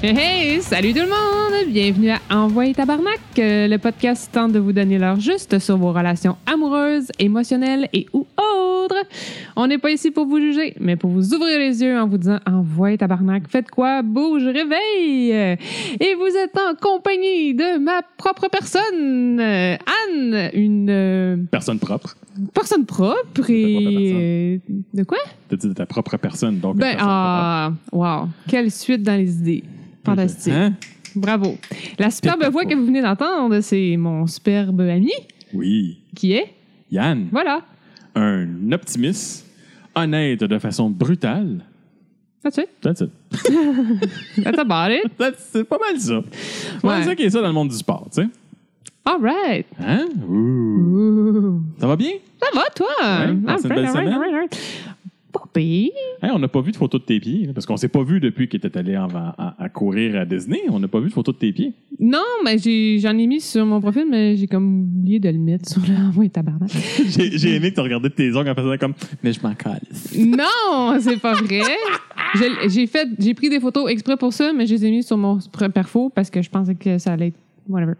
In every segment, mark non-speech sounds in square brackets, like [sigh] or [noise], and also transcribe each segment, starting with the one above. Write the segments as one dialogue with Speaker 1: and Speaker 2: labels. Speaker 1: Hey, hey, salut tout le monde! Bienvenue à Envoyer Tabarnak, euh, le podcast tente de vous donner l'heure juste sur vos relations amoureuses, émotionnelles et ou autres. On n'est pas ici pour vous juger, mais pour vous ouvrir les yeux en vous disant Envoyez Tabarnak, faites quoi? Bouge, réveille! Et vous êtes en compagnie de ma propre personne, euh, Anne, une euh,
Speaker 2: personne propre.
Speaker 1: personne propre et. euh, De quoi?
Speaker 2: T'as dit de ta propre personne, donc. une
Speaker 1: Ben,
Speaker 2: personne
Speaker 1: ah, wow! Quelle suite dans les idées!
Speaker 2: propre.
Speaker 1: Fantastique!
Speaker 2: Hein?
Speaker 1: Bravo. La superbe
Speaker 2: Pépé.
Speaker 1: voix que vous venez d'entendre, c'est mon superbe ami
Speaker 2: Oui.
Speaker 1: qui est,
Speaker 2: Yann,
Speaker 1: voilà,
Speaker 2: un optimiste, honnête de façon brutale.
Speaker 1: that's it,
Speaker 2: That's it.
Speaker 1: that's
Speaker 2: [laughs]
Speaker 1: about it.
Speaker 2: That's- C'est pas mal ça. C'est pas mal
Speaker 1: Ouais.
Speaker 2: ça qui est ça dans le monde du sport, tu sais.
Speaker 1: All right.
Speaker 2: Hein? Ouh.
Speaker 1: Ouh.
Speaker 2: Ça va bien?
Speaker 1: Ça va, toi? I'm
Speaker 2: passez une
Speaker 1: fine,
Speaker 2: belle
Speaker 1: all right,
Speaker 2: semaine?
Speaker 1: all right, all right. Pas pire.
Speaker 2: Hein, on n'a pas vu de photo de tes pieds, là, parce qu'on s'est pas vu depuis que t'étais allé en- à, à courir à Disney. On n'a pas vu de photo de tes pieds. [laughs]
Speaker 1: Non, mais j'ai- j'en ai, mis sur mon profil, mais j'ai comme oublié de le mettre sur [laughs] l'envoi tabarnak.
Speaker 2: J'ai j'ai aimé que tu regardais tes ongles en faisant comme. Mais je m'en calisse.
Speaker 1: non, c'est pas vrai. Je- J'ai fait, j'ai pris des photos exprès pour ça, mais je les ai mis sur mon pr- perfo parce que je pensais que ça allait être whatever.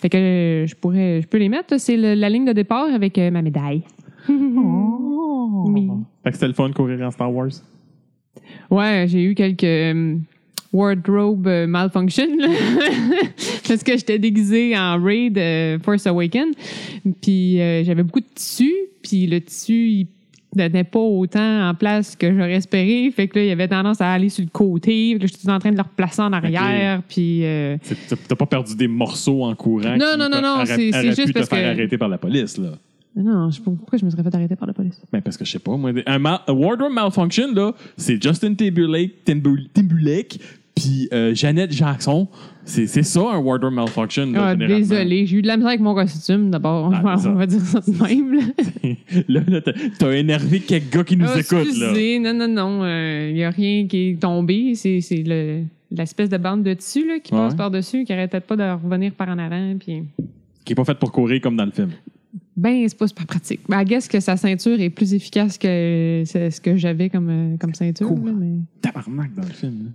Speaker 1: Fait que euh, je pourrais, je peux les mettre. là. C'est le- la ligne de départ avec euh, ma médaille. Oui.
Speaker 2: Fait que c'était le fun de courir en Star Wars.
Speaker 1: Ouais, j'ai eu quelques euh, wardrobe euh, malfunction là. [laughs] parce que j'étais déguisée en Raid euh, Force Awaken, puis euh, j'avais beaucoup de tissu, puis le tissu il tenait pas autant en place que j'aurais espéré, fait que là il avait tendance à aller sur le côté, fait que là, j'étais en train de le replacer en arrière, puis euh,
Speaker 2: C'est- t'as- T'as pas perdu des morceaux en courant.
Speaker 1: Non,
Speaker 2: qui
Speaker 1: non, non,
Speaker 2: aura-
Speaker 1: non,
Speaker 2: aura-
Speaker 1: c'est- c'est
Speaker 2: auraient
Speaker 1: juste
Speaker 2: pu
Speaker 1: parce
Speaker 2: te faire
Speaker 1: que-
Speaker 2: arrêter par la police, là.
Speaker 1: non, je sais pas pourquoi je me serais fait arrêter par la police.
Speaker 2: Ben, parce que je sais pas, moi, des- un, mal- un wardrobe malfunction, là, c'est Justin Timberlake, Timber- Timberlake puis euh, Janet Jackson. C'est c'est ça, un wardrobe malfunction, là,
Speaker 1: Ah,
Speaker 2: généralement.
Speaker 1: désolé, j'ai eu de la misère avec mon costume d'abord,
Speaker 2: Ah, c'est ça.
Speaker 1: [laughs] on va dire ça de même. là.
Speaker 2: [laughs] là, là, t'as- t'as énervé quelques gars qui nous
Speaker 1: Ah,
Speaker 2: écoutent, là.
Speaker 1: excusez, non, non, non. Il n'y a rien qui est tombé. C'est c'est le- l'espèce de bande de dessus là, qui
Speaker 2: Ouais.
Speaker 1: passe par-dessus, qui arrête peut-être pas de revenir par en avant. Puis...
Speaker 2: Qui est pas fait pour courir comme dans le film.
Speaker 1: Ben, c'est pas super pratique. Ben, I guess que sa ceinture est plus efficace que c'est ce que j'avais comme, euh, comme ceinture.
Speaker 2: Cool.
Speaker 1: là, mais
Speaker 2: Tabarnak dans le film, là.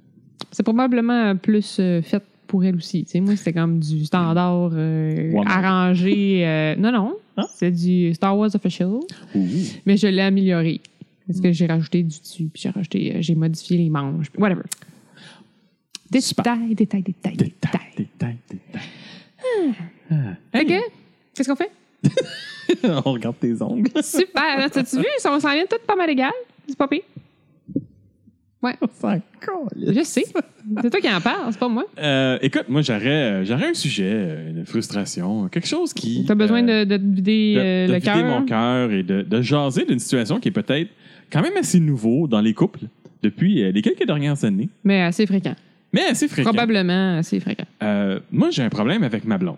Speaker 1: C'est probablement plus euh, fait pour elle aussi. Tu sais, moi, c'était comme du standard euh,
Speaker 2: Woman.
Speaker 1: arrangé. euh, non, non.
Speaker 2: Hein?
Speaker 1: C'est du Star Wars Official.
Speaker 2: Ouh.
Speaker 1: Mais je l'ai amélioré. Parce que j'ai rajouté du dessus, puis j'ai rajouté, euh, j'ai modifié les manches, puis whatever.
Speaker 2: Super.
Speaker 1: Détail, détail, détail,
Speaker 2: Détail,
Speaker 1: détail.
Speaker 2: détail, détail.
Speaker 1: OK? Qu'est-ce qu'on fait?
Speaker 2: [laughs] On regarde tes ongles.
Speaker 1: Super! T'as-tu vu? Ça, On s'en vient tout pas mal égal. C'est pas pire.
Speaker 2: On s'en calisse.
Speaker 1: Je sais. C'est toi qui en parles, c'est pas moi.
Speaker 2: Euh, écoute, moi, j'aurais, euh, j'aurais un sujet, euh, une frustration, quelque chose qui.
Speaker 1: T'as besoin
Speaker 2: euh,
Speaker 1: de, de te vider
Speaker 2: de-
Speaker 1: euh,
Speaker 2: de
Speaker 1: le
Speaker 2: vider
Speaker 1: cœur.
Speaker 2: mon cœur et de, de jaser d'une situation qui est peut-être quand même assez nouveau dans les couples depuis euh, les quelques dernières années,
Speaker 1: Mais assez fréquent.
Speaker 2: mais assez fréquent.
Speaker 1: Probablement assez fréquent.
Speaker 2: Euh, moi, j'ai un problème avec ma blonde.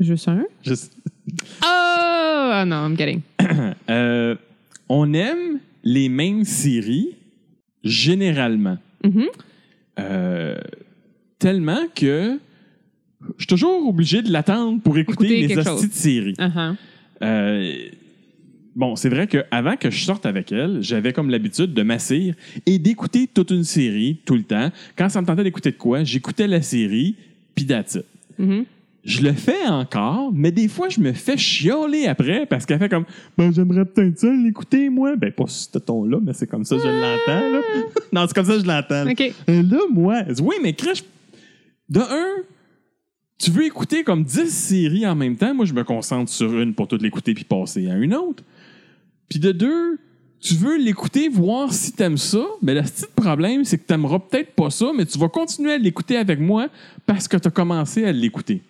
Speaker 1: Juste un.
Speaker 2: Juste,
Speaker 1: Oh! Ah non, I'm kidding.
Speaker 2: euh, on aime les mêmes séries généralement.
Speaker 1: Mhm.
Speaker 2: Euh, tellement que je suis toujours obligé de l'attendre pour écouter,
Speaker 1: Écouter
Speaker 2: les
Speaker 1: quelque
Speaker 2: hosties
Speaker 1: chose.
Speaker 2: de séries.
Speaker 1: Uh-huh.
Speaker 2: Euh, bon, c'est vrai qu'avant que je sorte avec elle, j'avais comme l'habitude de m'assire et d'écouter toute une série tout le temps. Quand ça me tentait d'écouter de quoi, j'écoutais la série, puis that's it.
Speaker 1: Mhm.
Speaker 2: Je le fais encore, mais des fois, je me fais chialer après parce qu'elle fait comme Ben, j'aimerais peut-être ça l'écouter, moi. Ben, pas sur ce ton-là, mais c'est comme ça que je l'entends. là. [laughs] non, c'est comme ça que je l'entends. là.
Speaker 1: OK.
Speaker 2: Euh, Là, moi, elle dit, oui, mais crèche. De un, tu veux écouter comme 10 séries en même temps. Moi, je me concentre sur une pour toutes l'écouter puis passer à une autre. Puis de deux, tu veux l'écouter, voir si t'aimes ça. Mais le petit problème, c'est que t'aimeras peut-être pas ça, mais tu vas continuer à l'écouter avec moi parce que t'as commencé à l'écouter.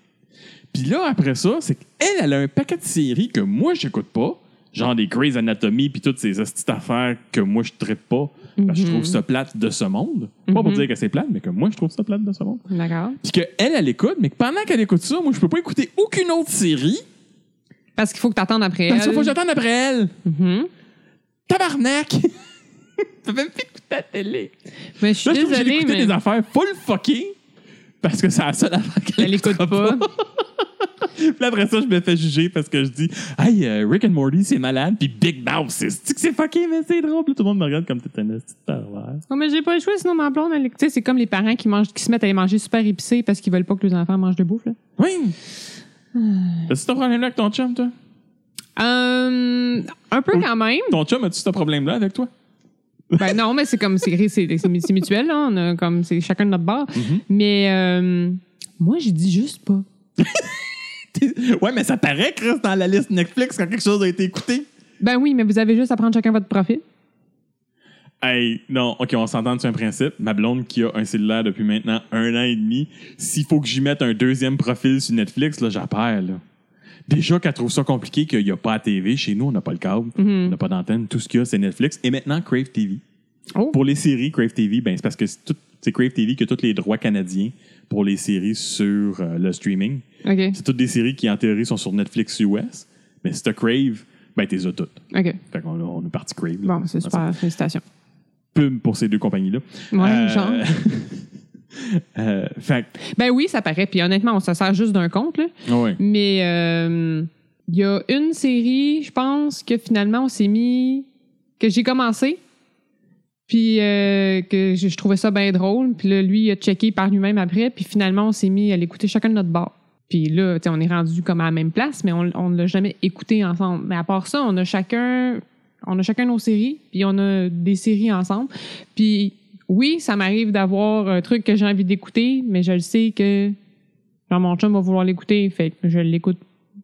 Speaker 2: Puis là, après ça, c'est qu'elle, elle a un paquet de séries que moi, j'écoute pas. Genre des Grey's Anatomy puis toutes ces petites affaires que moi, je traite pas. Parce que je
Speaker 1: Mhm.
Speaker 2: trouve ça plate de ce monde. Pas pour
Speaker 1: Mhm.
Speaker 2: dire que c'est plate, mais que moi, je trouve ça plate de ce monde.
Speaker 1: D'accord.
Speaker 2: Puis qu'elle, elle écoute, mais que pendant qu'elle écoute ça, moi, je peux pas écouter aucune autre série
Speaker 1: Parce qu'il faut que t'attendes après
Speaker 2: parce qu'il Ben,
Speaker 1: elle.
Speaker 2: faut que j'attende après elle.
Speaker 1: Mhm.
Speaker 2: Tabarnak! T'as même fait écouter la télé.
Speaker 1: Mais je suis
Speaker 2: Là, je trouve que j'ai
Speaker 1: désolée,
Speaker 2: écouté
Speaker 1: mais...
Speaker 2: des affaires full fucking Parce que c'est la seule affaire qu'elle
Speaker 1: Elle l'écoute
Speaker 2: écoutera
Speaker 1: pas.
Speaker 2: Puis après ça, je me fais juger parce que je dis Hey, euh, Rick and Morty, c'est malade, puis Big Mouth, c'est c'est que c'est fucking, mais c'est drôle. Puis là, tout le monde me regarde comme t'es un esti de pervers.
Speaker 1: Non, mais j'ai pas le choix, sinon ma blonde, elle- tu sais, c'est comme les parents qui, mangent, qui se mettent à les manger super épicés parce qu'ils veulent pas que les enfants mangent de bouffe. Là.
Speaker 2: Oui! As-tu ce problème-là avec ton chum, toi?
Speaker 1: Euh, un peu
Speaker 2: Oui.
Speaker 1: quand même.
Speaker 2: Ton chum, as-tu ce problème-là avec toi?
Speaker 1: Ben non, mais c'est comme c'est c'est- c'est- c'est mutuel, là. On a comme c'est chacun de notre bord.
Speaker 2: Mm-hmm.
Speaker 1: Mais euh, moi, j'ai dit juste pas.
Speaker 2: ouais, mais ça paraît, Chris, dans la liste Netflix quand quelque chose a été écouté.
Speaker 1: Ben oui, mais vous avez juste à prendre chacun votre profil.
Speaker 2: Hey, non, OK, on s'entend sur un principe. Ma blonde qui a un cellulaire depuis maintenant un an et demi, s'il faut que j'y mette un deuxième profil sur Netflix, là, j'appelle. là. Déjà qu'elle trouve ça compliqué qu'il n'y a pas à TV. Chez nous, on n'a pas le câble, on n'a pas d'antenne. Tout ce qu'il y a, c'est Netflix. Et maintenant, Crave TV.
Speaker 1: Oh.
Speaker 2: Pour les séries, Crave TV, ben, c'est parce que c'est tout- c'est Crave TV qui a tous les droits canadiens pour les séries sur euh, le streaming.
Speaker 1: OK.
Speaker 2: C'est toutes des séries qui, en théorie, sont sur Netflix US. Mais si t'as Crave, ben, t'es toutes.
Speaker 1: OK.
Speaker 2: Fait qu'on on est parti Crave. là.
Speaker 1: Bon, c'est super. Félicitations.
Speaker 2: Pum pour ces deux compagnies-là.
Speaker 1: Ouais,
Speaker 2: Euh,
Speaker 1: genre.
Speaker 2: [laughs] euh, fait que-
Speaker 1: Ben oui, ça paraît. Puis honnêtement, on se sert juste d'un compte, là.
Speaker 2: ouais.
Speaker 1: Mais euh, il y a une série, je pense, que finalement on s'est mis. que j'ai commencé. Puis euh, que je, je trouvais ça bien drôle. Puis là, lui, il a checké par lui-même après. Puis finalement, on s'est mis à l'écouter chacun de notre bord. Puis là, tu sais, on est rendu comme à la même place, mais on on ne l'a jamais écouté ensemble. Mais à part ça, on a chacun, on a chacun nos séries, puis on a des séries ensemble. Puis oui, ça m'arrive d'avoir un truc que j'ai envie d'écouter, mais je le sais que genre, mon chum va vouloir l'écouter, fait que je l'écoute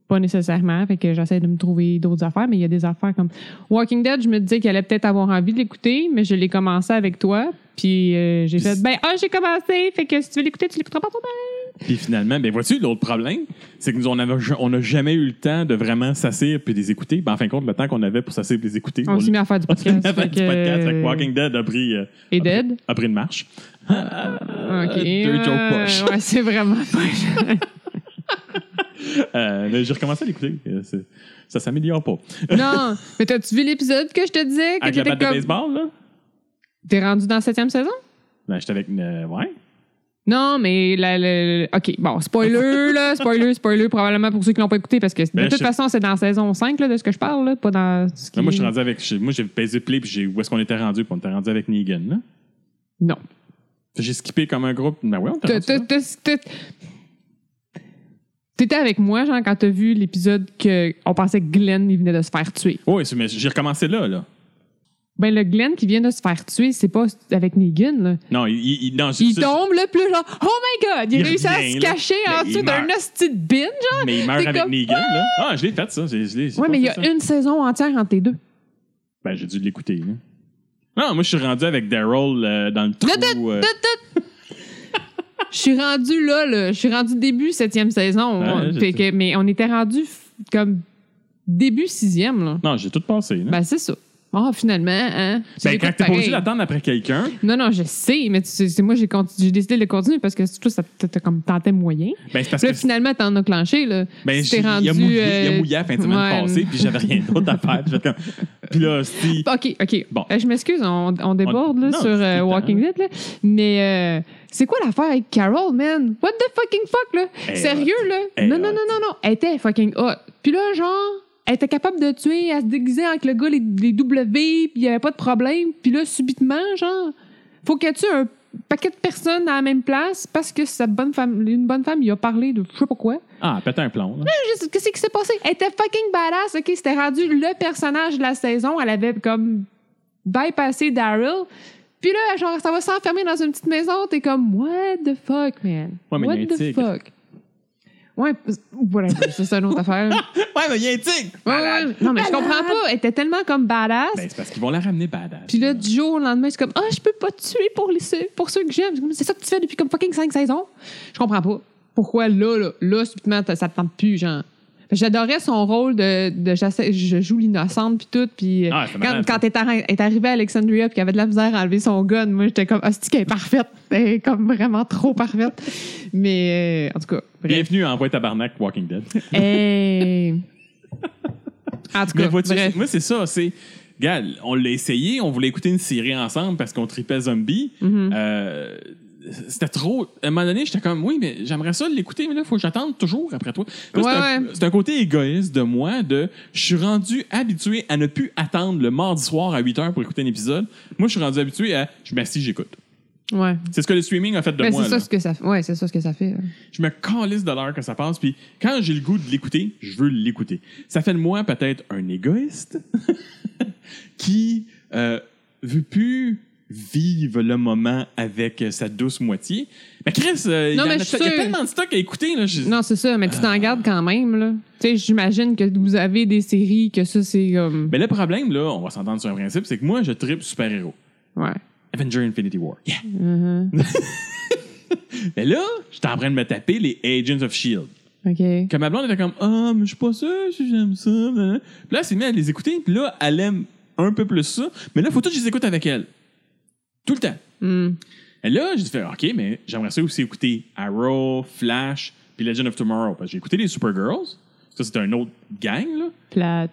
Speaker 1: pas nécessairement, fait que j'essaie de me trouver d'autres affaires, mais il y a des affaires comme Walking Dead, je me disais qu'elle allait peut-être avoir envie de l'écouter, mais je l'ai commencé avec toi, puis euh, j'ai fait ben ah, j'ai commencé, fait que si tu veux l'écouter, tu l'écouteras pas toi-même.
Speaker 2: Puis finalement, ben vois-tu, l'autre problème, c'est que nous, on n'a on a jamais eu le temps de vraiment s'asseoir puis les écouter. Ben, en fin de compte, le temps qu'on avait pour s'asseoir et les écouter,
Speaker 1: On s'est mis
Speaker 2: [laughs]
Speaker 1: à faire du
Speaker 2: on s'est mis
Speaker 1: podcast.
Speaker 2: à faire
Speaker 1: fait
Speaker 2: du
Speaker 1: que,
Speaker 2: podcast. Fait que
Speaker 1: euh,
Speaker 2: Walking Dead a pris, euh,
Speaker 1: Et
Speaker 2: a pris- [laughs]
Speaker 1: Dead?
Speaker 2: a pris une marche.
Speaker 1: OK.
Speaker 2: deux jokes
Speaker 1: euh,
Speaker 2: poches.
Speaker 1: Ouais, c'est vraiment
Speaker 2: [laughs]
Speaker 1: poche.
Speaker 2: Euh, mais j'ai recommencé à l'écouter. Euh, c'est- Ça s'améliore pas.
Speaker 1: non, mais t'as-tu vu l'épisode que je te disais? Que
Speaker 2: Avec la
Speaker 1: t'étais
Speaker 2: batte de
Speaker 1: comme-
Speaker 2: baseball, là?
Speaker 1: T'es rendu dans la septième saison?
Speaker 2: Ben, j'étais avec une. euh, ouais.
Speaker 1: Non, mais la, la- la- OK,
Speaker 2: [laughs]
Speaker 1: bon, spoiler, là, spoiler, spoiler, probablement pour ceux qui l'ont pas écouté, parce que de
Speaker 2: Ben,
Speaker 1: toute
Speaker 2: je-
Speaker 1: façon, c'est dans saison 5 là, de ce que je parle, là, pas dans ce qui...
Speaker 2: Non, moi, je suis rendu avec. j'ai- Moi, j'ai pesé play puis j'ai où est-ce qu'on était rendu puis on était rendu avec Negan, là.
Speaker 1: Non.
Speaker 2: Fait que J'ai skippé comme un groupe. Ben ouais, on était
Speaker 1: T'as-
Speaker 2: rendu là.
Speaker 1: t'as- t'as- t'as- T'étais avec moi, genre, quand t'as vu l'épisode que on pensait que Glenn, il venait de se faire tuer.
Speaker 2: Oui, mais j'ai recommencé là, là.
Speaker 1: Ben, le Glenn qui vient de se faire tuer, c'est pas avec Negan, là.
Speaker 2: Non, il, il, il- non, c'est-
Speaker 1: Il
Speaker 2: c'est-
Speaker 1: tombe, là, plus genre, oh my god, il,
Speaker 2: Il
Speaker 1: réussit à
Speaker 2: revient,
Speaker 1: se
Speaker 2: là.
Speaker 1: cacher
Speaker 2: Ben,
Speaker 1: en
Speaker 2: il
Speaker 1: dessous d'un
Speaker 2: meurt.
Speaker 1: hostie de bin, genre.
Speaker 2: Mais il meurt
Speaker 1: T'es
Speaker 2: avec
Speaker 1: comme,
Speaker 2: Negan, là. Ah, je l'ai fait, ça. J'ai- je l'ai- j'ai
Speaker 1: Ouais,
Speaker 2: pas
Speaker 1: mais il y
Speaker 2: fait
Speaker 1: a
Speaker 2: ça.
Speaker 1: une saison entière entre les deux.
Speaker 2: Ben, j'ai dû l'écouter, là. Non, moi, je suis rendu avec Daryl euh, dans le trou.
Speaker 1: Tut, tut,
Speaker 2: euh,
Speaker 1: tut, tut. [laughs] Je suis rendu là, là. Je suis rendu début septième saison.
Speaker 2: Ouais,
Speaker 1: On-
Speaker 2: je sais.
Speaker 1: fait que- mais on était rendu f- comme début sixième, là.
Speaker 2: Non, j'ai tout passé, là.
Speaker 1: Ben, c'est ça. Ah, finalement, hein. Tu
Speaker 2: Ben,
Speaker 1: l'écoutes
Speaker 2: quand t'es pas
Speaker 1: pareil.
Speaker 2: obligé d'attendre après quelqu'un,
Speaker 1: Non, non, je sais, mais tu sais, c'est moi, j'ai conti- j'ai décidé de le continuer parce que toi, ça te- te- comme tentait moyen.
Speaker 2: ben, c'est parce
Speaker 1: Puis là,
Speaker 2: que.
Speaker 1: finalement, t'en as clenché, là.
Speaker 2: Ben,
Speaker 1: Tu t'es
Speaker 2: j'ai- il a
Speaker 1: rendu,
Speaker 2: mouillé, il a
Speaker 1: euh,
Speaker 2: mouillé à la fin de semaine
Speaker 1: ouais.
Speaker 2: passée, puis j'avais rien d'autre à faire. Puis, j'ai fait comme... [laughs] puis là, si.
Speaker 1: OK, OK.
Speaker 2: Bon.
Speaker 1: Euh, je m'excuse, on, on déborde
Speaker 2: On-
Speaker 1: là,
Speaker 2: non,
Speaker 1: sur
Speaker 2: c'est
Speaker 1: euh,
Speaker 2: le temps,
Speaker 1: Walking
Speaker 2: là.
Speaker 1: Dead, là. mais euh, c'est quoi l'affaire avec Carol, man? What the fucking fuck, là?
Speaker 2: Elle est
Speaker 1: Sérieux, là?
Speaker 2: Elle est
Speaker 1: non, non,
Speaker 2: hot.
Speaker 1: non, non, non. Elle était fucking hot. Puis là, genre, elle était capable de tuer, elle se déguisait avec le gars, les, les W, puis il n'y avait pas de problème. Puis là, subitement, genre, faut qu'elle tue un paquet de personnes à la même place parce que cette bonne femme, une bonne femme, il a parlé de je sais pas quoi.
Speaker 2: Ah, pète un plomb, là.
Speaker 1: Juste, Qu'est-ce qui s'est passé? Elle était fucking badass, OK? C'était rendu le personnage de la saison. Elle avait comme bypassé Daryl. Puis là, genre, ça va s'enfermer dans une petite maison. T'es comme, what the fuck, man?
Speaker 2: Ouais, mais
Speaker 1: what
Speaker 2: il y a un
Speaker 1: the
Speaker 2: tigre.
Speaker 1: fuck? Ouais, p- whatever, ça, c'est une
Speaker 2: [laughs]
Speaker 1: autre affaire.
Speaker 2: Ouais, mais il y a un tigre!
Speaker 1: Ouais, ouais,
Speaker 2: Malade.
Speaker 1: non, mais je comprends pas. Elle était tellement comme badass.
Speaker 2: Ben, c'est parce qu'ils vont la ramener badass.
Speaker 1: puis là, du jour au lendemain, c'est comme, ah, je peux pas te tuer pour, les, pour ceux que j'aime. C'est comme, C'est ça que tu fais depuis comme fucking cinq saisons? Je comprends pas. Pourquoi là, là, là, subitement, ça te tente plus, genre? J'adorais son rôle de, de j'essa- je joue l'innocente puis tout puis euh,
Speaker 2: Ah, c'est
Speaker 1: quand,
Speaker 2: malade,
Speaker 1: quand elle est arri- est arrivée à Alexandria puis qu'elle avait de la misère à enlever son gun moi j'étais comme hostie qu'elle est parfaite elle est comme vraiment trop parfaite mais euh, en tout cas bref
Speaker 2: Bienvenue à Envoie Tabarnak Walking
Speaker 1: [laughs]
Speaker 2: Dead.
Speaker 1: Hey. en tout
Speaker 2: Mais
Speaker 1: cas
Speaker 2: vois-tu,
Speaker 1: bref.
Speaker 2: c'est- moi, c'est ça, c'est.
Speaker 1: Mm. Mhm.
Speaker 2: Regarde, on l'a essayé, on voulait écouter une série ensemble parce qu'on tripait zombie. Euh, c'était trop. À un moment donné, j'étais comme, oui, mais j'aimerais ça l'écouter, mais là, il faut que j'attende toujours après toi. Là,
Speaker 1: Ouais,
Speaker 2: c'est, un,
Speaker 1: ouais.
Speaker 2: c'est un côté égoïste de moi, de je suis rendu habitué à ne plus attendre le mardi soir à 8 h pour écouter un épisode. Moi, je suis rendu habitué à je m'assis, j'écoute.
Speaker 1: Ouais.
Speaker 2: C'est ce que le streaming a fait de
Speaker 1: Ben,
Speaker 2: moi.
Speaker 1: c'est ça
Speaker 2: là.
Speaker 1: ce que ça fait. Ouais, c'est ça ce que ça fait. là.
Speaker 2: Je me calisse de l'heure que ça passe, puis quand j'ai le goût de l'écouter, je veux l'écouter. Ça fait de moi peut-être un égoïste [laughs] qui euh, veut plus vivre le moment avec euh, sa douce moitié. Mais Chris, euh, il, y
Speaker 1: Non,
Speaker 2: en
Speaker 1: mais
Speaker 2: a
Speaker 1: je suis
Speaker 2: il y a
Speaker 1: sûre.
Speaker 2: tellement de stock à écouter. Là, je-
Speaker 1: Non, c'est ça, mais tu t'en gardes quand même, là. Tu sais, j'imagine que vous avez des séries que ça, c'est comme.
Speaker 2: Mais le problème, là, on va s'entendre sur un principe, c'est que moi, je tripe super-héros.
Speaker 1: Ouais.
Speaker 2: Avenger Infinity War. Yeah.
Speaker 1: Mhm.
Speaker 2: Mais là, j'étais en train de me taper les Agents of S.H.I.E.L.D.
Speaker 1: OK.
Speaker 2: Que ma blonde était comme Ah, mais je suis pas sûr, si j'aime ça. blablabla. Puis là, elle s'est mise à les écouter, puis là, elle aime un peu plus ça. Mais là, faut tout que je les écoute avec elle. Tout le temps.
Speaker 1: Hmm.
Speaker 2: Et là, j'ai fait OK, mais j'aimerais ça aussi écouter Arrow, Flash, puis Legend of Tomorrow. Parce que j'ai écouté les Supergirls. Ça, c'est un autre gang, là.
Speaker 1: Plate.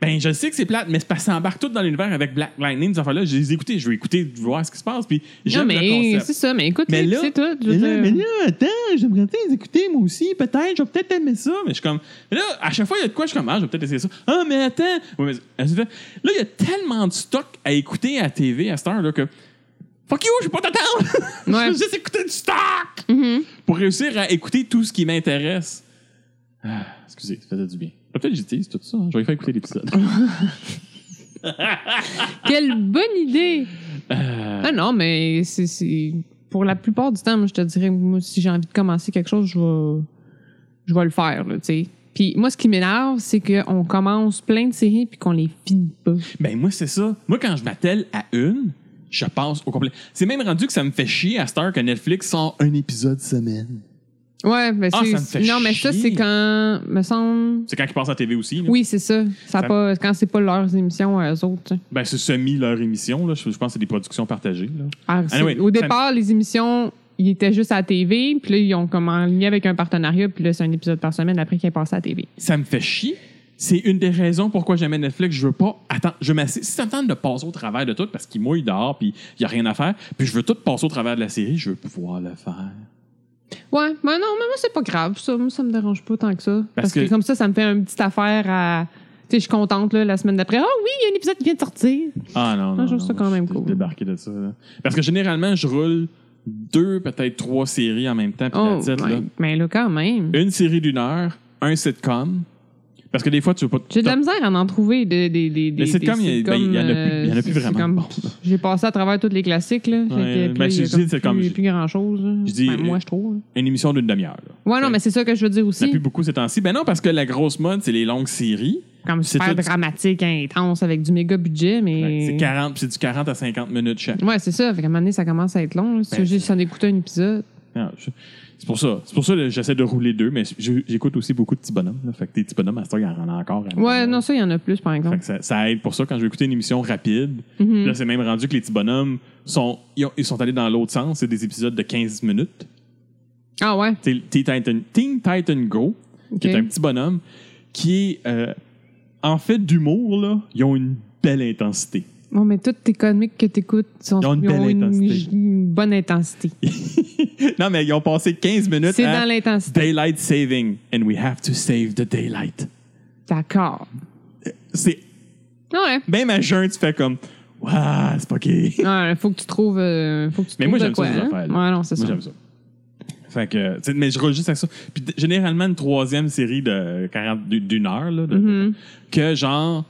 Speaker 2: Ben, je sais que c'est plate, mais c'est parce que ça embarque tout dans l'univers avec Black Lightning, ces affaires-là. Je les ai écoutées, je vais écouter, voir ce qui se passe, puis
Speaker 1: Non,
Speaker 2: j'aime le
Speaker 1: mais
Speaker 2: concept.
Speaker 1: c'est ça, mais écoute,
Speaker 2: Mais
Speaker 1: c'est
Speaker 2: là-
Speaker 1: c'est tout. je
Speaker 2: Mais
Speaker 1: veux
Speaker 2: là,
Speaker 1: dire.
Speaker 2: mais là, attends, j'aimerais bien les écouter, moi aussi, peut-être, je vais peut-être aimer ça. Mais je suis comme, mais là, à chaque fois, il y a de quoi, je suis comme, ah, je vais peut-être essayer ça. Ah, mais attends. Ouais, mais- là, il y a tellement de stock à écouter à la TV à cette heure-là que, fuck you, je vais pas t'attendre. [laughs] je vais
Speaker 1: Ouais.
Speaker 2: juste écouter du stock
Speaker 1: Mhm.
Speaker 2: pour réussir à écouter tout ce qui m'intéresse. Ah, excusez, ça faisait du bien. Peut-être que j'utilise tout ça, hein. je vais lui faire écouter l'épisode. [laughs]
Speaker 1: Quelle bonne idée!
Speaker 2: Euh,
Speaker 1: Ah non, mais c'est- c'est. Pour la plupart du temps, moi, je te dirais, moi, si j'ai envie de commencer quelque chose, je vais, je vais le faire, là, tu sais. Puis moi, ce qui m'énerve, c'est qu'on commence plein de séries puis qu'on les finit pas.
Speaker 2: Ben moi, c'est ça. Moi, quand je m'attelle à une, je passe au complet. C'est même rendu que ça me fait chier à cette heure que Netflix sort un épisode semaine.
Speaker 1: Ouais, mais
Speaker 2: Ah,
Speaker 1: c'est.
Speaker 2: ça me fait
Speaker 1: non, mais ça,
Speaker 2: chier.
Speaker 1: c'est quand. Me semble.
Speaker 2: C'est quand ils passent à la TV aussi. là.
Speaker 1: Oui, c'est ça. ça, a
Speaker 2: Ça-
Speaker 1: Pas, quand c'est pas leurs émissions à eux autres. tu sais.
Speaker 2: Ben, c'est semi leur émission. Là. Je, je pense que c'est des productions partagées. Là.
Speaker 1: Ah, c'est-
Speaker 2: Anyway,
Speaker 1: au
Speaker 2: ça-
Speaker 1: départ, les émissions, ils étaient juste à la TV, puis là, ils ont comme en lien avec un partenariat, puis là, c'est un épisode par semaine après qu'ils est passé à la TV.
Speaker 2: Ça me fait chier. C'est une des raisons pourquoi j'aime Netflix. Je veux pas. Attends, je m'assieds. Si ça me tente de passer au travers de tout parce qu'il mouille dehors puis il y a rien à faire, puis je veux tout passer au travers de la série, je veux pouvoir le faire.
Speaker 1: Ouais, mais non, mais moi, c'est pas grave, ça. Moi, ça me dérange pas tant que ça. Parce, que...
Speaker 2: que-
Speaker 1: comme ça, ça me fait une petite affaire à. Tu sais, je suis contente, là, la semaine d'après. Oh oui, il y a un épisode qui vient de sortir.
Speaker 2: Ah non,
Speaker 1: Moi,
Speaker 2: non.
Speaker 1: je trouve
Speaker 2: non,
Speaker 1: ça quand
Speaker 2: moi,
Speaker 1: même
Speaker 2: je suis
Speaker 1: cool.
Speaker 2: Débarqué de ça. là. Parce que généralement, je roule deux, peut-être trois séries en même temps. Puis
Speaker 1: Oh,
Speaker 2: that's it,
Speaker 1: ouais.
Speaker 2: là.
Speaker 1: mais là, quand même.
Speaker 2: une série d'une heure, un sitcom. Parce que des fois, tu veux pas.
Speaker 1: J'ai de la misère à en trouver des. des, des, des
Speaker 2: Les sitcoms, il y a- ben, il y en a plus-
Speaker 1: euh,
Speaker 2: il y en a plus
Speaker 1: c'est
Speaker 2: vraiment.
Speaker 1: comme-
Speaker 2: Bon.
Speaker 1: J'ai passé à travers tous les classiques, là. Fait que,
Speaker 2: Ouais,
Speaker 1: puis
Speaker 2: ben,
Speaker 1: là,
Speaker 2: je
Speaker 1: il y a
Speaker 2: dis
Speaker 1: comme
Speaker 2: sitcom,
Speaker 1: plus,
Speaker 2: je-
Speaker 1: plus grand-chose. là.
Speaker 2: je dis- euh,
Speaker 1: Ben, moi, je trouve. là.
Speaker 2: Une émission d'une demi-heure. là.
Speaker 1: Ouais, non,
Speaker 2: Ouais.
Speaker 1: mais c'est ça que je veux dire
Speaker 2: Il n'y en a
Speaker 1: aussi.
Speaker 2: plus beaucoup ces temps-ci. Ben non, parce que la grosse mode, c'est les longues séries.
Speaker 1: Comme
Speaker 2: c'est
Speaker 1: super
Speaker 2: tout-
Speaker 1: dramatique, intense, avec du méga budget, mais.
Speaker 2: C'est 40, puis c'est du 40 à 50 minutes chaque.
Speaker 1: Ouais, c'est ça. Fait qu'à un moment donné, ça commence à être long. là. Si tu veux
Speaker 2: Ben,
Speaker 1: juste en écouter un épisode.
Speaker 2: Ah, je- C'est pour ça. C'est pour ça que j'essaie de rouler deux, mais je- j'écoute aussi beaucoup de petits bonhommes. là. Fait que tes petits bonhommes, à ce temps, il y en a encore. à la
Speaker 1: Ouais,
Speaker 2: maison.
Speaker 1: non, ça, il y en a plus, par
Speaker 2: Fait
Speaker 1: exemple.
Speaker 2: que ça, ça aide pour ça quand je vais écouter une émission rapide.
Speaker 1: Mhm.
Speaker 2: Là, c'est même rendu que les petits bonhommes sont, ils, ont- ils sont allés dans l'autre sens. C'est des épisodes de 15 minutes.
Speaker 1: Ah ouais?
Speaker 2: Teen Titan, Teen Titan Go,
Speaker 1: OK.
Speaker 2: qui est un petit bonhomme, qui est euh, en fait d'humour, là, ils ont une belle intensité.
Speaker 1: Bon, mais toutes tes comiques que t'écoutes sont,
Speaker 2: Ils ont une belle intensité.
Speaker 1: une bonne intensité.
Speaker 2: non, mais ils ont passé 15 minutes
Speaker 1: C'est
Speaker 2: à
Speaker 1: dans l'intensité.
Speaker 2: Daylight Saving, and we have to save the daylight.
Speaker 1: D'accord.
Speaker 2: C'est
Speaker 1: Ouais.
Speaker 2: Même à jeun, tu fais comme, Waouh, c'est pas gay.
Speaker 1: Ouais, Ah, faut que tu trouves. euh, faut que tu
Speaker 2: Mais moi,
Speaker 1: trouves de
Speaker 2: j'aime
Speaker 1: quoi,
Speaker 2: ça, ces
Speaker 1: hein?
Speaker 2: affaires-là.
Speaker 1: Ouais, non, c'est
Speaker 2: Moi,
Speaker 1: ça.
Speaker 2: j'aime ça. Fait que, tu sais, mais je roule juste avec ça. Puis d- généralement, une troisième série de 40 d- d'une heure, là, de-
Speaker 1: Mhm.
Speaker 2: que genre,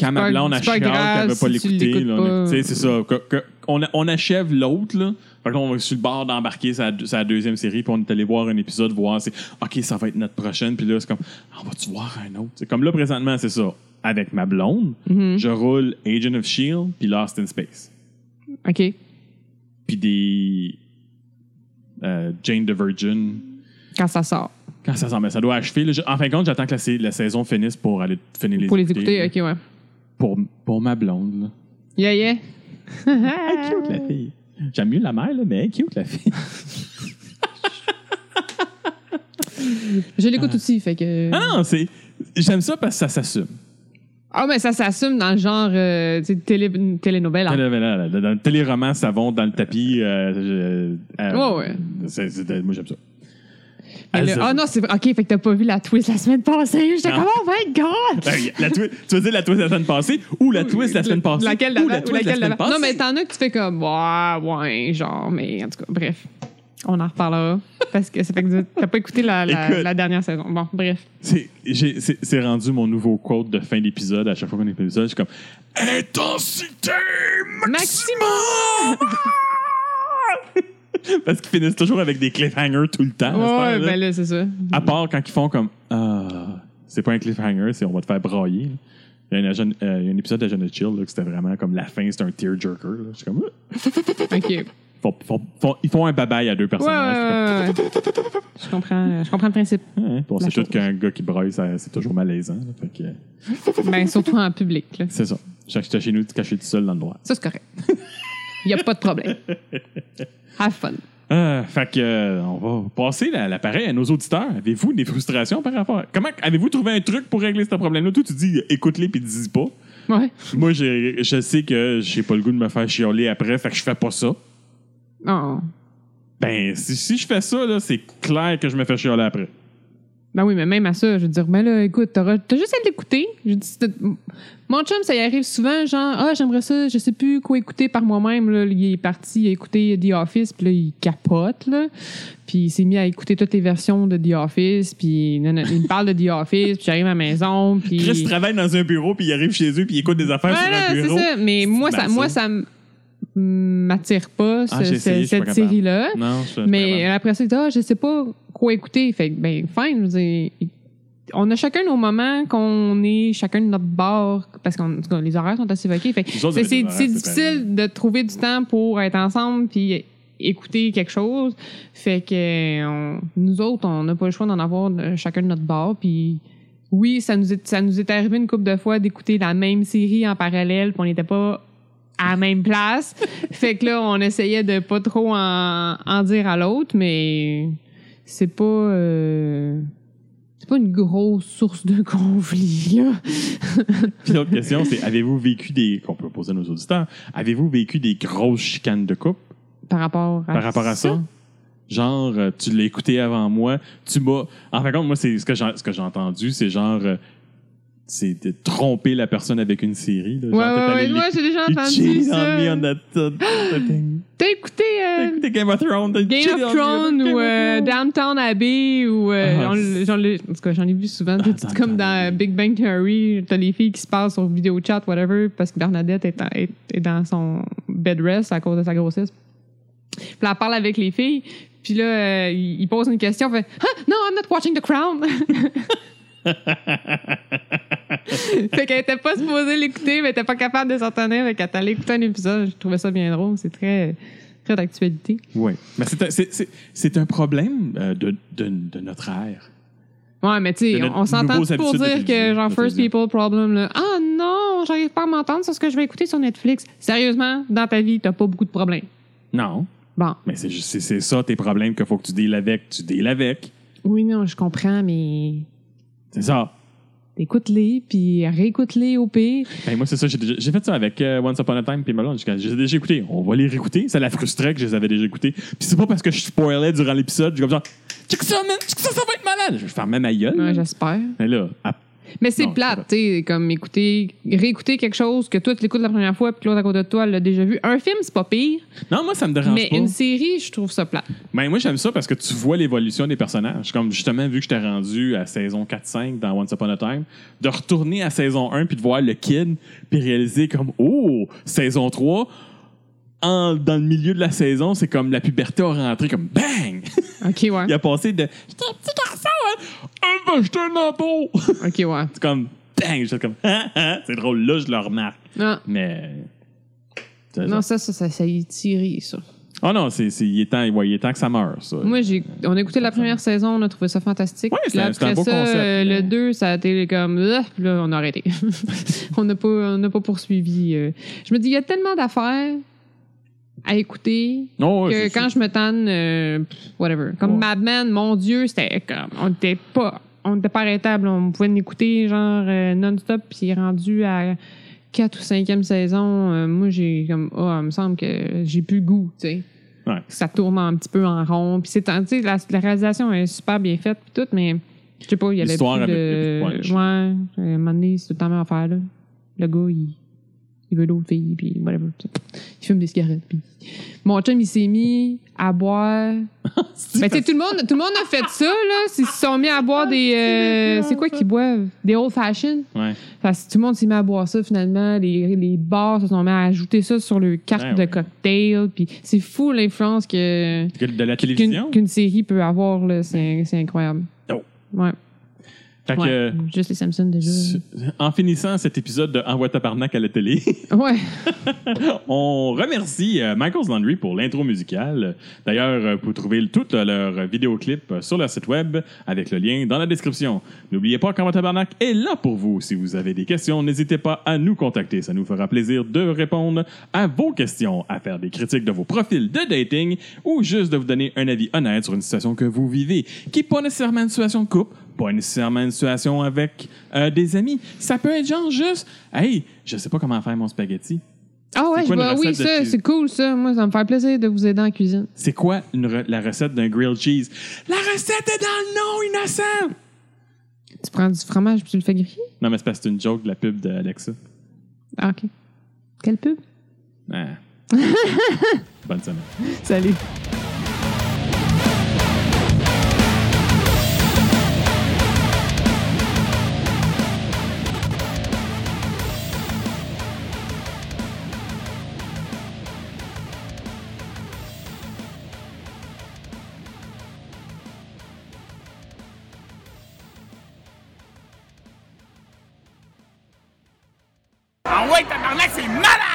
Speaker 2: quand ma
Speaker 1: pas-
Speaker 2: blonde
Speaker 1: c'est pas
Speaker 2: achève,
Speaker 1: grave
Speaker 2: qu'elle veut pas
Speaker 1: si tu
Speaker 2: l'écouter.
Speaker 1: l'écoutes
Speaker 2: là, on est-
Speaker 1: pas.
Speaker 2: Tu sais, c'est ça. que- que- on, a- on achève l'autre, là. Fait que là, on va sur le bord d'embarquer sa, sa deuxième série, puis on est allé voir un épisode, voir c'est OK, ça va être notre prochaine. Puis là, c'est comme, Ah, on va-tu voir un autre? C'est comme là, présentement, c'est ça. Avec ma blonde,
Speaker 1: Mhm.
Speaker 2: je roule Agent of S.H.I.E.L.D. E puis Lost in Space
Speaker 1: OK.
Speaker 2: puis des euh, Jane the Virgin.
Speaker 1: Quand ça sort.
Speaker 2: Quand ça s'en met, ça doit achever. là. Je- en fin de compte, j'attends que la, sa- la saison finisse pour aller finir les
Speaker 1: Pour les écouter, OK, ouais.
Speaker 2: Pour, pour ma blonde. Là.
Speaker 1: Yeah, yeah.
Speaker 2: Elle est Ah, cute, la fille. J'aime mieux la mère, là, mais elle est cute, la
Speaker 1: [laughs]
Speaker 2: fille.
Speaker 1: Je l'écoute aussi, fait que.
Speaker 2: Hein? Ah non, c'est... J'aime ça parce que ça s'assume.
Speaker 1: Ah, mais ça s'assume dans le genre euh, tu sais, télé, hein. une
Speaker 2: Ah.
Speaker 1: télénovela.
Speaker 2: Télénovela, là, Dans le téléroman savon dans le tapis. euh, je- euh,
Speaker 1: Ouais, ouais.
Speaker 2: c'est- c'est- moi, j'aime ça.
Speaker 1: Mais le-
Speaker 2: Azul.
Speaker 1: Ah non, c'est OK, fait que t'as pas vu la twist la semaine passée. J'étais
Speaker 2: Non.
Speaker 1: comme, oh my God!
Speaker 2: Ben, y a la twi- tu veux dire la twist la semaine passée ou la twist la semaine passée?
Speaker 1: Laquelle
Speaker 2: ou
Speaker 1: d'avant,
Speaker 2: la
Speaker 1: ou
Speaker 2: twist la
Speaker 1: laquelle
Speaker 2: semaine
Speaker 1: d'avant.
Speaker 2: passée?
Speaker 1: Non, mais t'en as que tu fais comme, ouais, ouais, genre, mais en tout cas, bref. On en reparlera. Parce que ça fait que t'as pas écouté la, la,
Speaker 2: Écoute.
Speaker 1: la dernière saison. Bon, bref.
Speaker 2: C'est- j'ai- C'est c'est rendu mon nouveau quote de fin d'épisode. À chaque fois qu'on est épisode, je suis comme Intensité maximum! Parce qu'ils finissent toujours avec des cliffhangers tout le temps. cette
Speaker 1: Ouais,
Speaker 2: heure-là.
Speaker 1: ben là, c'est ça.
Speaker 2: À part quand ils font comme Ah, c'est pas un cliffhanger, c'est on va te faire brailler. Il y a, un agent- euh, il y a un épisode de Jeune Chill là, que c'était vraiment comme la fin, c'était un tearjerker. là. Je suis comme, Ah!
Speaker 1: OK.
Speaker 2: Ils font- font- font- ils font un babaille à deux
Speaker 1: Ouais, ouais,
Speaker 2: personnages.
Speaker 1: ouais, ouais. Je comprends, euh, je comprends le principe.
Speaker 2: Ouais, puis on
Speaker 1: La
Speaker 2: sait tout
Speaker 1: chose.
Speaker 2: qu'un gars qui braille, ça- c'est toujours malaisant. là. Fait que, euh,
Speaker 1: Ben, surtout en public, là.
Speaker 2: c'est ça. J'étais chez nous, tu caché tout seul dans le noir.
Speaker 1: Ça, c'est correct. Il n'y a pas de problème. Have fun.
Speaker 2: Euh, fait que, euh, on va passer la- l'appareil à nos auditeurs. Avez-vous des frustrations par rapport à... Comment avez-vous trouvé un truc pour régler ce problème-là? Toi, tu dis euh, écoute-les puis dis pas.
Speaker 1: Ouais.
Speaker 2: Moi, j'ai- je sais que j'ai pas le goût de me faire chialer après, fait que je fais pas ça.
Speaker 1: Oh.
Speaker 2: Ben, si, si je fais ça, là, c'est clair que je me fais chialer après.
Speaker 1: Ben oui, mais même à ça, je veux dire, ben là, écoute, t'auras- t'as juste à l'écouter. Je dis, c'est- mon chum, ça y arrive souvent, genre, ah, j'aimerais ça, je sais plus quoi écouter par moi-même. Là, il est parti écouter The Office, puis là, il capote, là. Puis il s'est mis à écouter toutes les versions de The Office, puis non, non, il me parle de The Office, puis j'arrive à la maison, puis...
Speaker 2: Chris travaille dans un bureau, puis il arrive chez eux, puis il écoute des affaires
Speaker 1: Voilà,
Speaker 2: sur un
Speaker 1: c'est
Speaker 2: bureau.
Speaker 1: ça. Mais moi, ça,
Speaker 2: malsain.
Speaker 1: moi, ça m- m'attire pas,
Speaker 2: Ah, j'ai
Speaker 1: ce-
Speaker 2: essayé, je suis pas
Speaker 1: cette
Speaker 2: capable.
Speaker 1: série-là.
Speaker 2: Non, je suis pas
Speaker 1: Mais
Speaker 2: capable.
Speaker 1: après ça, il dit, ah, je sais pas quoi écouter. Fait que, ben, fine. je veux dire, on a chacun nos moments qu'on est chacun de notre bord parce que les horaires sont assez vaqués. Fait que
Speaker 2: Vous autres,
Speaker 1: c'est
Speaker 2: vous avez
Speaker 1: c'est-
Speaker 2: des
Speaker 1: c'est
Speaker 2: horaires, c'est
Speaker 1: difficile de trouver du temps pour être ensemble puis écouter quelque chose. Fait que euh, on- nous autres, on n'a pas le choix d'en avoir de- chacun de notre bord. Puis oui, ça nous est, ça nous est arrivé une couple de fois d'écouter la même série en parallèle, puis on n'était pas à la même place. [laughs] fait que là, on essayait de pas trop en, en dire à l'autre, mais c'est pas. euh, c'est pas une grosse source de [laughs] conflit, là. euh,
Speaker 2: Puis l'autre question, c'est avez-vous vécu des. qu'on peut poser à nos auditeurs, avez-vous vécu des grosses chicanes de couple
Speaker 1: Par rapport à
Speaker 2: par rapport à ça? Genre, euh, tu l'as écouté avant moi, tu m'as. En fin de compte, moi, c'est ce que j'ai ce que j'ai entendu, c'est genre. euh, c'est de tromper la personne avec une série. Là,
Speaker 1: Ouais,
Speaker 2: genre, t'es
Speaker 1: ouais,
Speaker 2: allé
Speaker 1: ouais. Moi,
Speaker 2: l'écouter.
Speaker 1: j'ai déjà
Speaker 2: You
Speaker 1: entendu
Speaker 2: cheated on
Speaker 1: ça.
Speaker 2: me on that- that- that thing.
Speaker 1: T'as écouté
Speaker 2: T'as
Speaker 1: euh,
Speaker 2: écouté Game of Thrones. t'as
Speaker 1: Game
Speaker 2: cheated on me
Speaker 1: of
Speaker 2: on
Speaker 1: Thrones
Speaker 2: Game of
Speaker 1: ou euh,
Speaker 2: Thrones.
Speaker 1: Downtown Abbey ou... euh,
Speaker 2: Ah,
Speaker 1: on l- j'en l'ai- en tout cas, j'en ai vu souvent.
Speaker 2: Ah,
Speaker 1: tu sais, comme
Speaker 2: Downton
Speaker 1: dans
Speaker 2: Abbey.
Speaker 1: Big Bang Theory, t'as les filles qui se parlent sur vidéo chat, whatever, parce que Bernadette est, en- est- est dans son bed rest à cause de sa grossesse. Puis elle parle avec les filles, puis là, euh, il il pose une question, fait « Ah, non, I'm not watching The Crown! » [laughs] Fait qu'elle était pas supposée l'écouter, mais elle était pas capable de s'en tenir, fait qu'elle est allée écouter un épisode. Je trouvais ça bien drôle, c'est très, très d'actualité.
Speaker 2: Oui. Mais c'est un, c'est- c'est- c'est un problème euh, de, de, de notre ère.
Speaker 1: Ouais, mais tu
Speaker 2: De
Speaker 1: sais,
Speaker 2: notre-
Speaker 1: on s'entend
Speaker 2: nouveaux
Speaker 1: pour
Speaker 2: habitudes de
Speaker 1: dire que,
Speaker 2: télévision,
Speaker 1: genre,
Speaker 2: de
Speaker 1: First
Speaker 2: télévision.
Speaker 1: People Problem, là, ah non, j'arrive pas à m'entendre sur ce que je vais écouter sur Netflix. Sérieusement, dans ta vie, t'as pas beaucoup de problèmes.
Speaker 2: Non.
Speaker 1: Bon,
Speaker 2: Mais c'est juste- c'est- c'est ça tes problèmes qu'il faut que tu deals avec. Tu deals avec.
Speaker 1: oui, non, je comprends, mais
Speaker 2: C'est ça.
Speaker 1: écoute-les, puis réécoute-les au pire.
Speaker 2: Ben, moi, c'est ça. J'ai déjà- j'ai fait ça avec euh, Once Upon a Time puis Melon. J'ai j'ai déjà écouté. On va les réécouter. Ça la frustrait que je les avais déjà écoutés. Puis c'est pas parce que je spoilais durant l'épisode. J'ai comme genre, check ça, man. Check ça, ça va être malade. Je vais faire même ma gueule.
Speaker 1: Ouais, j'espère.
Speaker 2: Mais là, à-
Speaker 1: Mm-hmm. Mais c'est
Speaker 2: Non,
Speaker 1: plate, tu sais, comme écouter, réécouter quelque chose que toi, tu l'écoutes la première fois, puis que l'autre à côté de toi l'a déjà vu. Un film, c'est pas pire,
Speaker 2: non, moi, ça me dérange
Speaker 1: mais
Speaker 2: pas.
Speaker 1: une série, je trouve ça plate.
Speaker 2: Ben, moi, j'aime ça parce que tu vois l'évolution des personnages. Comme justement, vu que j'étais rendu à saison 4-5 dans Once Upon a Time, de retourner à saison 1 puis de voir le kid, puis réaliser comme, oh, saison 3, en- dans le milieu de la saison, c'est comme la puberté a rentré, comme bang!
Speaker 1: OK, ouais.
Speaker 2: Il a passé de, j'étais un petit garçon, hein, ah, ben, j'étais un lambeau!
Speaker 1: OK, ouais.
Speaker 2: [laughs] c'est comme, bang! J'étais comme, Ah, ah. c'est drôle, là, je le remarque.
Speaker 1: Non,
Speaker 2: Mais. c'est
Speaker 1: non
Speaker 2: ça.
Speaker 1: ça, ça, ça, ça y est tiré, ça.
Speaker 2: Oh non, c'est, c'est- il, est temps, ouais, il est temps que ça meure, ça.
Speaker 1: Moi, j'ai, on a écouté la première saison, on a trouvé ça fantastique.
Speaker 2: Ouais,
Speaker 1: Puis
Speaker 2: c'est un- c'est un
Speaker 1: après
Speaker 2: beau
Speaker 1: ça,
Speaker 2: concept,
Speaker 1: euh,
Speaker 2: mais-
Speaker 1: le 2, ça a été comme. Ah Puis là, on a
Speaker 2: [laughs]
Speaker 1: arrêté. on n'a pas, on n'a pas poursuivi. euh. Je me dis, il y a tellement d'affaires à écouter
Speaker 2: Non, ouais,
Speaker 1: que
Speaker 2: c'est
Speaker 1: quand
Speaker 2: sûr.
Speaker 1: je me tanne, euh, pff, whatever. Comme
Speaker 2: Ouais.
Speaker 1: Mad Men, mon Dieu, c'était comme. On n'était pas on n'était pas arrêtable. On pouvait l'écouter genre euh, non-stop, puis il est rendu à 4 ou 5e saison. euh, moi, j'ai comme, ah, il me semble que j'ai plus le goût, tu sais.
Speaker 2: Ouais.
Speaker 1: Ça tourne un petit peu en rond. Puis c'est, tu sais, la, la réalisation est super bien faite, puis tout, mais je sais pas, il y avait plus
Speaker 2: L'histoire avait
Speaker 1: de.
Speaker 2: plus de punch.
Speaker 1: ouais, à un moment donné, c'est tout le temps la même affaire, là. Le gars, il, il veut l'autre fille, puis whatever. tu sais. Il fume des cigarettes, puis. Mon chum, il s'est mis à boire. Mais tu sais, tout le monde, tout le monde a fait ça, là. Ils se sont mis à boire des. euh, c'est quoi qu'ils boivent? Des old fashioned.
Speaker 2: Ouais.
Speaker 1: Fait que tout le monde s'est mis à boire ça, finalement. Les, les bars se sont mis à ajouter ça sur leurs cartes
Speaker 2: Ben
Speaker 1: de
Speaker 2: oui.
Speaker 1: cocktail. Puis c'est fou l'influence que,
Speaker 2: Que De la télévision.
Speaker 1: qu'une, qu'une série peut avoir, là. C'est, c'est incroyable.
Speaker 2: Oh.
Speaker 1: Ouais.
Speaker 2: Fait que,
Speaker 1: Ouais.
Speaker 2: euh,
Speaker 1: Juste les Simpsons, déjà.
Speaker 2: su- en finissant cet épisode de Envoie tabarnak à la télé,
Speaker 1: Ouais. Ah
Speaker 2: on remercie euh, Michael's Laundry pour l'intro musicale. D'ailleurs, euh, vous pouvez trouver tout euh, leur vidéoclip euh, sur leur site web avec le lien dans la description. N'oubliez pas qu'Envoie tabarnak est là pour vous. Si vous avez des questions, n'hésitez pas à nous contacter. Ça nous fera plaisir de répondre à vos questions, à faire des critiques de vos profils de dating ou juste de vous donner un avis honnête sur une situation que vous vivez, qui n'est pas nécessairement une situation de couple, pas nécessairement une situation avec euh, des amis. Ça peut être genre juste, hey, je sais pas comment faire mon spaghetti.
Speaker 1: Ah ouais,
Speaker 2: C'est quoi
Speaker 1: je
Speaker 2: une
Speaker 1: vois- oui,
Speaker 2: recette de
Speaker 1: ça,
Speaker 2: cuisine?
Speaker 1: c'est cool, ça. Moi, ça me fait plaisir de vous aider en cuisine.
Speaker 2: C'est quoi une re- la recette d'un grilled cheese? La recette est dans le nom, innocent!
Speaker 1: Tu prends du fromage puis tu le fais griller?
Speaker 2: Non, mais c'est parce que c'est une joke de la pub d'Alexa.
Speaker 1: Ah, OK. Quelle pub?
Speaker 2: Ah. Bonne semaine.
Speaker 1: Salut.
Speaker 3: Ah ouais, tabarnak, c'est malade!